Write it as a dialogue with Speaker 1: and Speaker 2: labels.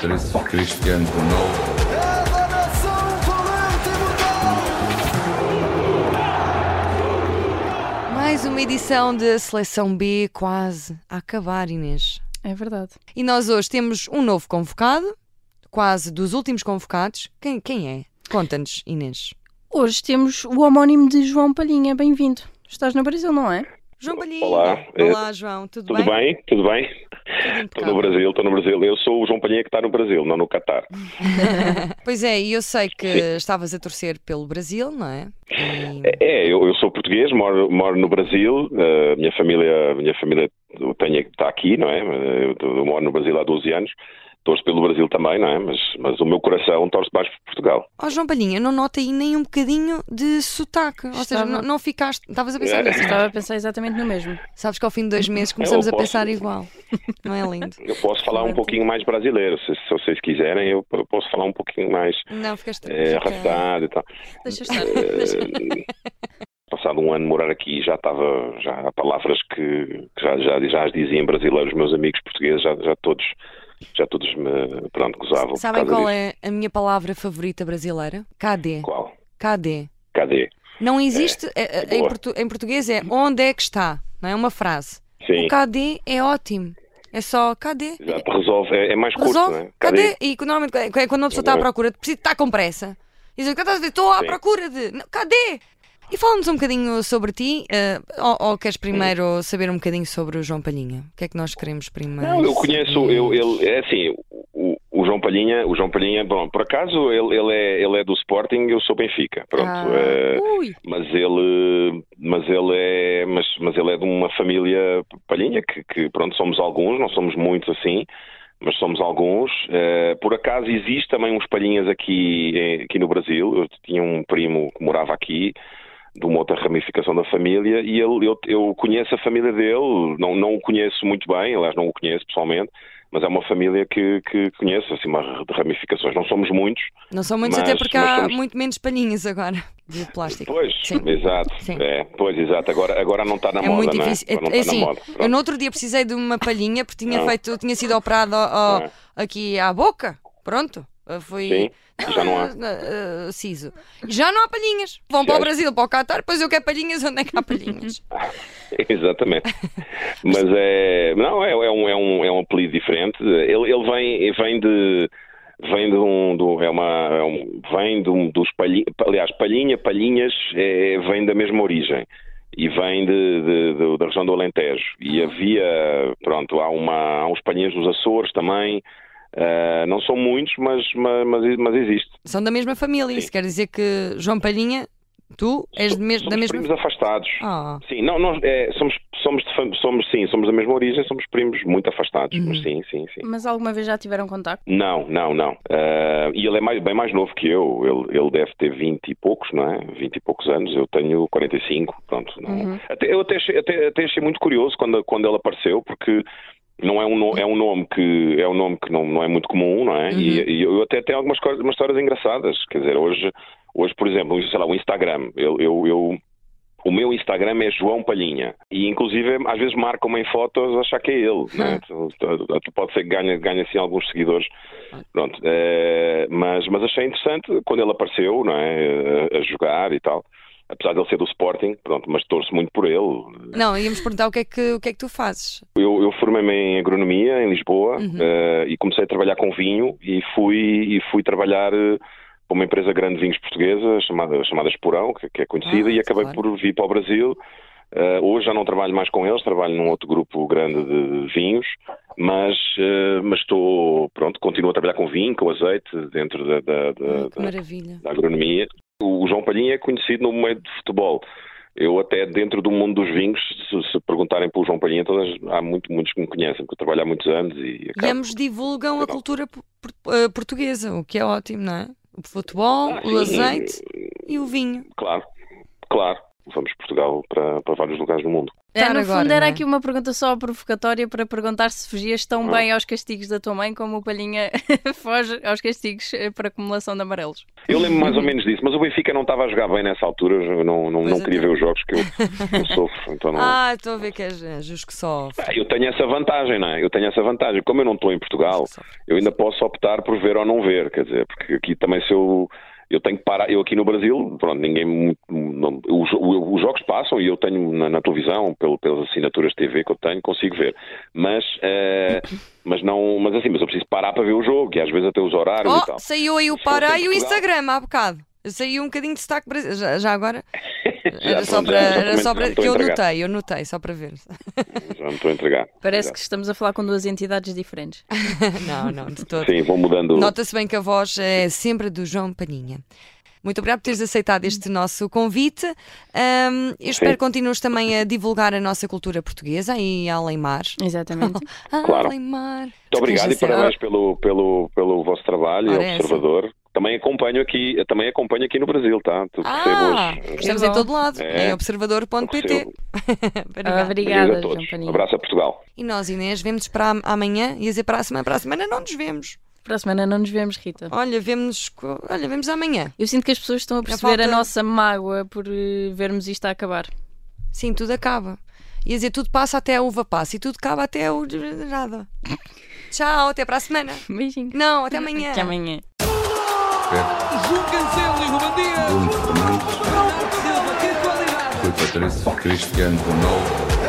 Speaker 1: 13, Cristiano Ronaldo.
Speaker 2: É da nação valente e mortal.
Speaker 3: Mais uma edição da Seleção B quase a acabar, Inês.
Speaker 4: É verdade.
Speaker 3: E nós hoje temos um novo convocado, quase dos últimos convocados. Quem, quem é? Conta-nos, Inês.
Speaker 4: Hoje temos o homónimo de João Palhinha. Bem-vindo. Estás no Brasil, não é?
Speaker 3: João Palhinha.
Speaker 5: Olá, é-
Speaker 3: Olá, João. Tudo,
Speaker 5: Tudo bem? Tudo bem?
Speaker 3: Tudo
Speaker 5: Estou no
Speaker 3: impecável.
Speaker 5: Brasil, estou no Brasil. Eu sou o João Palhinha que está no Brasil, não no Catar.
Speaker 3: Pois é, e eu sei que estavas a torcer pelo Brasil, não é? E-
Speaker 5: É, eu, eu sou português, moro, moro no Brasil, eh, minha família, minha família eu tenho- está aqui, não é? Eu, tô- eu moro no Brasil há 12 anos, torço pelo Brasil também, não é? Mas, mas o meu coração torce mais por Portugal.
Speaker 3: Ó João Palhinha, não nota aí nem um bocadinho de sotaque. Ou seja, não,
Speaker 4: Estava-
Speaker 3: não ficaste. Estavas a
Speaker 5: É,
Speaker 3: pensar nisso. é?
Speaker 4: Estava a pensar exatamente no mesmo.
Speaker 3: Sabes que ao fim de dois meses começamos a
Speaker 5: posso.
Speaker 3: pensar igual. Não é lindo?
Speaker 5: Eu posso falar um
Speaker 4: Excelente.
Speaker 5: pouquinho mais brasileiro, se, se vocês quiserem, eu, eu posso falar um pouquinho mais
Speaker 3: Não, ficaste.
Speaker 5: eh,
Speaker 3: fica-
Speaker 5: arrastado e tal.
Speaker 4: Deixa estar.
Speaker 5: Eh, Passado um ano de morar aqui, já estava, já há palavras que, que já, já, já as diziam brasileiros, meus amigos portugueses, já, já todos, já todos me, pronto, gozavam. por
Speaker 3: Sabem
Speaker 5: causa
Speaker 3: qual
Speaker 5: disso.
Speaker 3: é a minha palavra favorita brasileira? KD.
Speaker 5: Qual?
Speaker 3: KD.
Speaker 5: Cadê?
Speaker 3: Não existe. é, é, em,
Speaker 5: boa.
Speaker 3: portu- em português é onde é que está, não é uma frase.
Speaker 5: Sim,
Speaker 3: O KD é ótimo. É só KD.
Speaker 5: já te resolve, é, é mais curto, não
Speaker 3: Resolve.
Speaker 5: é?
Speaker 3: KD. E quando- normalmente é quando uma pessoa está à procura, precisa estar com pressa. E diz, é "Cadê? estou à
Speaker 5: Sim.
Speaker 3: procura de. Não, KD. E fala-nos um bocadinho sobre ti, eh, ou, ou queres primeiro saber um bocadinho sobre o João Palhinha? O que é que nós queremos primeiro?
Speaker 5: Não, eu conheço, eu, ele, é assim, o, o João Palhinha, o João Palhinha, bom, por acaso ele, ele, é, ele é do Sporting, eu sou Benfica, pronto.
Speaker 3: Ah.
Speaker 5: eh,
Speaker 4: Ui,
Speaker 5: mas ele mas ele é mas, mas ele é de uma família palhinha que, que, pronto somos alguns não somos muitos assim mas somos alguns Eh, por acaso existe também uns palhinhas aqui em- aqui no Brasil eu tinha um primo que morava aqui de uma outra ramificação da família e ele eu, eu conheço a família dele não não o conheço muito bem aliás não o conheço pessoalmente mas é uma família que, que conheço, assim, uma de ramificações. Não somos muitos,
Speaker 3: Não são muitos,
Speaker 5: Mas-
Speaker 3: até porque
Speaker 5: mas
Speaker 3: há
Speaker 5: somos-
Speaker 3: muito menos palhinhas agora de plástico.
Speaker 5: Pois,
Speaker 3: Sim.
Speaker 5: exato.
Speaker 3: Sim.
Speaker 5: É, pois, exato. Agora, agora não está na
Speaker 3: é
Speaker 5: moda,
Speaker 3: muito
Speaker 5: não é?
Speaker 3: difícil.
Speaker 5: Agora não
Speaker 3: É,
Speaker 5: está
Speaker 3: assim,
Speaker 5: na moda.
Speaker 3: eu
Speaker 5: Pronto.
Speaker 3: no outro dia precisei de uma palhinha porque tinha
Speaker 5: Não.
Speaker 3: feito, tinha sido operado ó, ó,
Speaker 5: Não é.
Speaker 3: aqui à boca. Pronto. Uh, Fui.
Speaker 5: Sim, e já não há.
Speaker 3: Uh, uh, siso. E Já não há palhinhas. Vão
Speaker 5: Já
Speaker 3: para o
Speaker 5: é.
Speaker 3: Brasil, para o Qatar, pois eu quero palhinhas, onde é que há palhinhas?
Speaker 5: Exatamente. Mas é. Não, é, é um, é, um, é um apelido diferente. Ele, ele vem, vem de. Vem de um. do- é uma, é um- vem de um, dos palhinhas. Aliás, palhinha, palhinhas, é, vem da mesma origem. E vem de, de- do- da região do Alentejo. E havia. Pronto, há, uma, há uns palhinhas dos Açores também. Ah, não são muitos, mas, mas, mas, mas existe.
Speaker 3: São da mesma família. Isso quer dizer que João Palhinha, tu és de mes- da
Speaker 5: Somos
Speaker 3: mesma.
Speaker 5: primos afastados.
Speaker 3: Ah,
Speaker 5: Sim, não, nós é, somos, somos, de fam- somos, sim, somos da mesma origem, somos primos muito afastados, mas sim, sim, sim.
Speaker 4: mas alguma vez já tiveram contacto?
Speaker 5: Não, não, não. Ah, e ele é mais- bem mais novo que eu, ele, ele deve ter 20 e poucos, não é? 20 e poucos anos, eu tenho 45, pronto. não- é? Até, eu até achei, até, até achei muito curioso quando, quando ele apareceu, porque não é um, no- é um nome que é um nome que não, não é muito comum, não é? E, e eu até tenho algumas coisas, umas histórias engraçadas, quer dizer, hoje, hoje por exemplo, sei lá, o Instagram, eu, eu, eu- o meu Instagram é João Palhinha e inclusive às vezes marcam-me em fotos a achar que é ele, né? pode ser que ganhe, ganhe assim alguns seguidores, pronto, eh, mas, mas achei interessante quando ele apareceu, não é, a, a jogar e tal, apesar de ele ser do Sporting, pronto, mas torço muito por ele,
Speaker 3: não, íamos perguntar o que é que, o que, é que tu fazes.
Speaker 5: eu, eu formei-me em agronomia em Lisboa
Speaker 3: Uhum.
Speaker 5: eh, e comecei a trabalhar com vinho e fui, e fui trabalhar eh, para uma empresa grande de vinhos portuguesa chamada, chamada Esporão, que, que é conhecida,
Speaker 3: Ah,
Speaker 5: e acabei
Speaker 3: claro.
Speaker 5: por vir para o Brasil. Eh, hoje já não trabalho mais com eles, trabalho num outro grupo grande de vinhos, mas, eh, mas estou, pronto, continuo a trabalhar com vinho, com azeite, dentro da- da- da-
Speaker 3: que
Speaker 5: da,
Speaker 3: maravilha.
Speaker 5: da agronomia. O João Palhinha é conhecido no meio de futebol. Eu até dentro do mundo dos vinhos, se, se perguntarem para o João Palhinha, todas, há muito, muitos que me conhecem, porque eu trabalho há muitos anos e
Speaker 3: E é
Speaker 5: acabo...
Speaker 3: ambos divulgam a
Speaker 5: Legal.
Speaker 3: cultura por- por- eh, portuguesa, o que é ótimo, não é? O futebol,
Speaker 5: Ah,
Speaker 3: o
Speaker 5: sim,
Speaker 3: azeite e o vinho.
Speaker 5: Claro, claro. Vamos de Portugal para, para vários lugares do mundo.
Speaker 4: Tá,
Speaker 3: Era
Speaker 4: no
Speaker 3: agora,
Speaker 4: fundo, era
Speaker 3: não é?
Speaker 4: aqui uma pergunta só provocatória para perguntar se fugias tão
Speaker 5: Hum.
Speaker 4: bem aos castigos da tua mãe como o Palhinha foge aos castigos eh, por acumulação de amarelos.
Speaker 5: Eu lembro mais ou menos disso, mas o Benfica não estava a jogar bem nessa altura, eu não, não,
Speaker 3: Pois
Speaker 5: não
Speaker 3: é.
Speaker 5: queria ver os jogos que eu, eu sofro, então não.
Speaker 3: Ah, estou a ver que és anjos que sofre.
Speaker 5: Ah, Eu tenho essa vantagem, não é? Eu tenho essa vantagem. Como eu não estou em Portugal, eu ainda posso optar por ver ou não ver, quer dizer, porque aqui também se eu. Eu tenho que parar, eu aqui no Brasil, pronto, ninguém. mu- não- os, o- os jogos passam e eu tenho na, na televisão, pelo- pelas assinaturas de TV que eu tenho, consigo ver. Mas, eh,
Speaker 3: Uhum.
Speaker 5: mas não, mas assim, mas eu preciso parar para ver o jogo e às vezes até os horários e tal.
Speaker 3: Oh, saiu aí o
Speaker 5: Isso é o
Speaker 3: Pará
Speaker 5: tempo
Speaker 3: e o
Speaker 5: que dá.
Speaker 3: Instagram há bocado. Saiu um bocadinho de destaque brasileiro. Já, já agora? Era só
Speaker 5: pronto,
Speaker 3: para.
Speaker 5: já, um já
Speaker 3: Era só
Speaker 5: também
Speaker 3: para
Speaker 5: estou
Speaker 3: que eu
Speaker 5: entregado.
Speaker 3: notei, eu notei, só para ver.
Speaker 5: Já me estou a entregar.
Speaker 4: Parece
Speaker 5: Exato.
Speaker 4: que estamos a falar com duas entidades diferentes.
Speaker 3: não, não, de todo.
Speaker 5: Sim, vou mudando.
Speaker 3: Nota-se bem que a voz é sempre a do João Paninha. Muito obrigado por teres aceitado este nosso convite. Ahm, eu espero
Speaker 5: Sim.
Speaker 3: que continues também a divulgar a nossa cultura portuguesa e além mar.
Speaker 4: Exatamente.
Speaker 5: Claro.
Speaker 3: Além mar.
Speaker 5: Muito obrigado e
Speaker 3: Esteja
Speaker 5: parabéns pelo, pelo, pelo vosso trabalho e
Speaker 3: Ora,
Speaker 5: ao
Speaker 3: é
Speaker 5: observador. Também acompanho aqui, eu também acompanho aqui no Brasil, tá? Tu
Speaker 3: Ah,
Speaker 5: recebes.
Speaker 3: estamos
Speaker 4: Que
Speaker 3: em
Speaker 4: bom.
Speaker 3: todo lado,
Speaker 5: É.
Speaker 3: em observador.pt.
Speaker 5: Recebo. Obrigado a
Speaker 3: Obrigada.
Speaker 4: Ah, Obrigada, João
Speaker 5: todos. Um
Speaker 4: Palhinha.
Speaker 5: Abraço a Portugal.
Speaker 3: E nós, Inês, vemos-nos para am- amanhã, ia dizer para a semana, para a semana não nos vemos.
Speaker 4: Para a semana não nos vemos, Rita.
Speaker 3: Olha, vemos-nos co- olha, vemos amanhã.
Speaker 4: Eu sinto que as pessoas estão a perceber
Speaker 3: falta-
Speaker 4: a nossa mágoa por eh, vermos isto a acabar.
Speaker 3: Sim, tudo acaba. Ia dizer, tudo passa até a uva passa e tudo acaba até o nada. Tchau, até para a semana.
Speaker 4: Beijinho.
Speaker 3: Não, até amanhã.
Speaker 4: Até amanhã.
Speaker 2: João Cancelo e Ruben Dias.
Speaker 1: Bruno Fernandes,
Speaker 2: Bernardo Silva, que qualidade.
Speaker 1: Rui Patrício, Cristiano Ronaldo.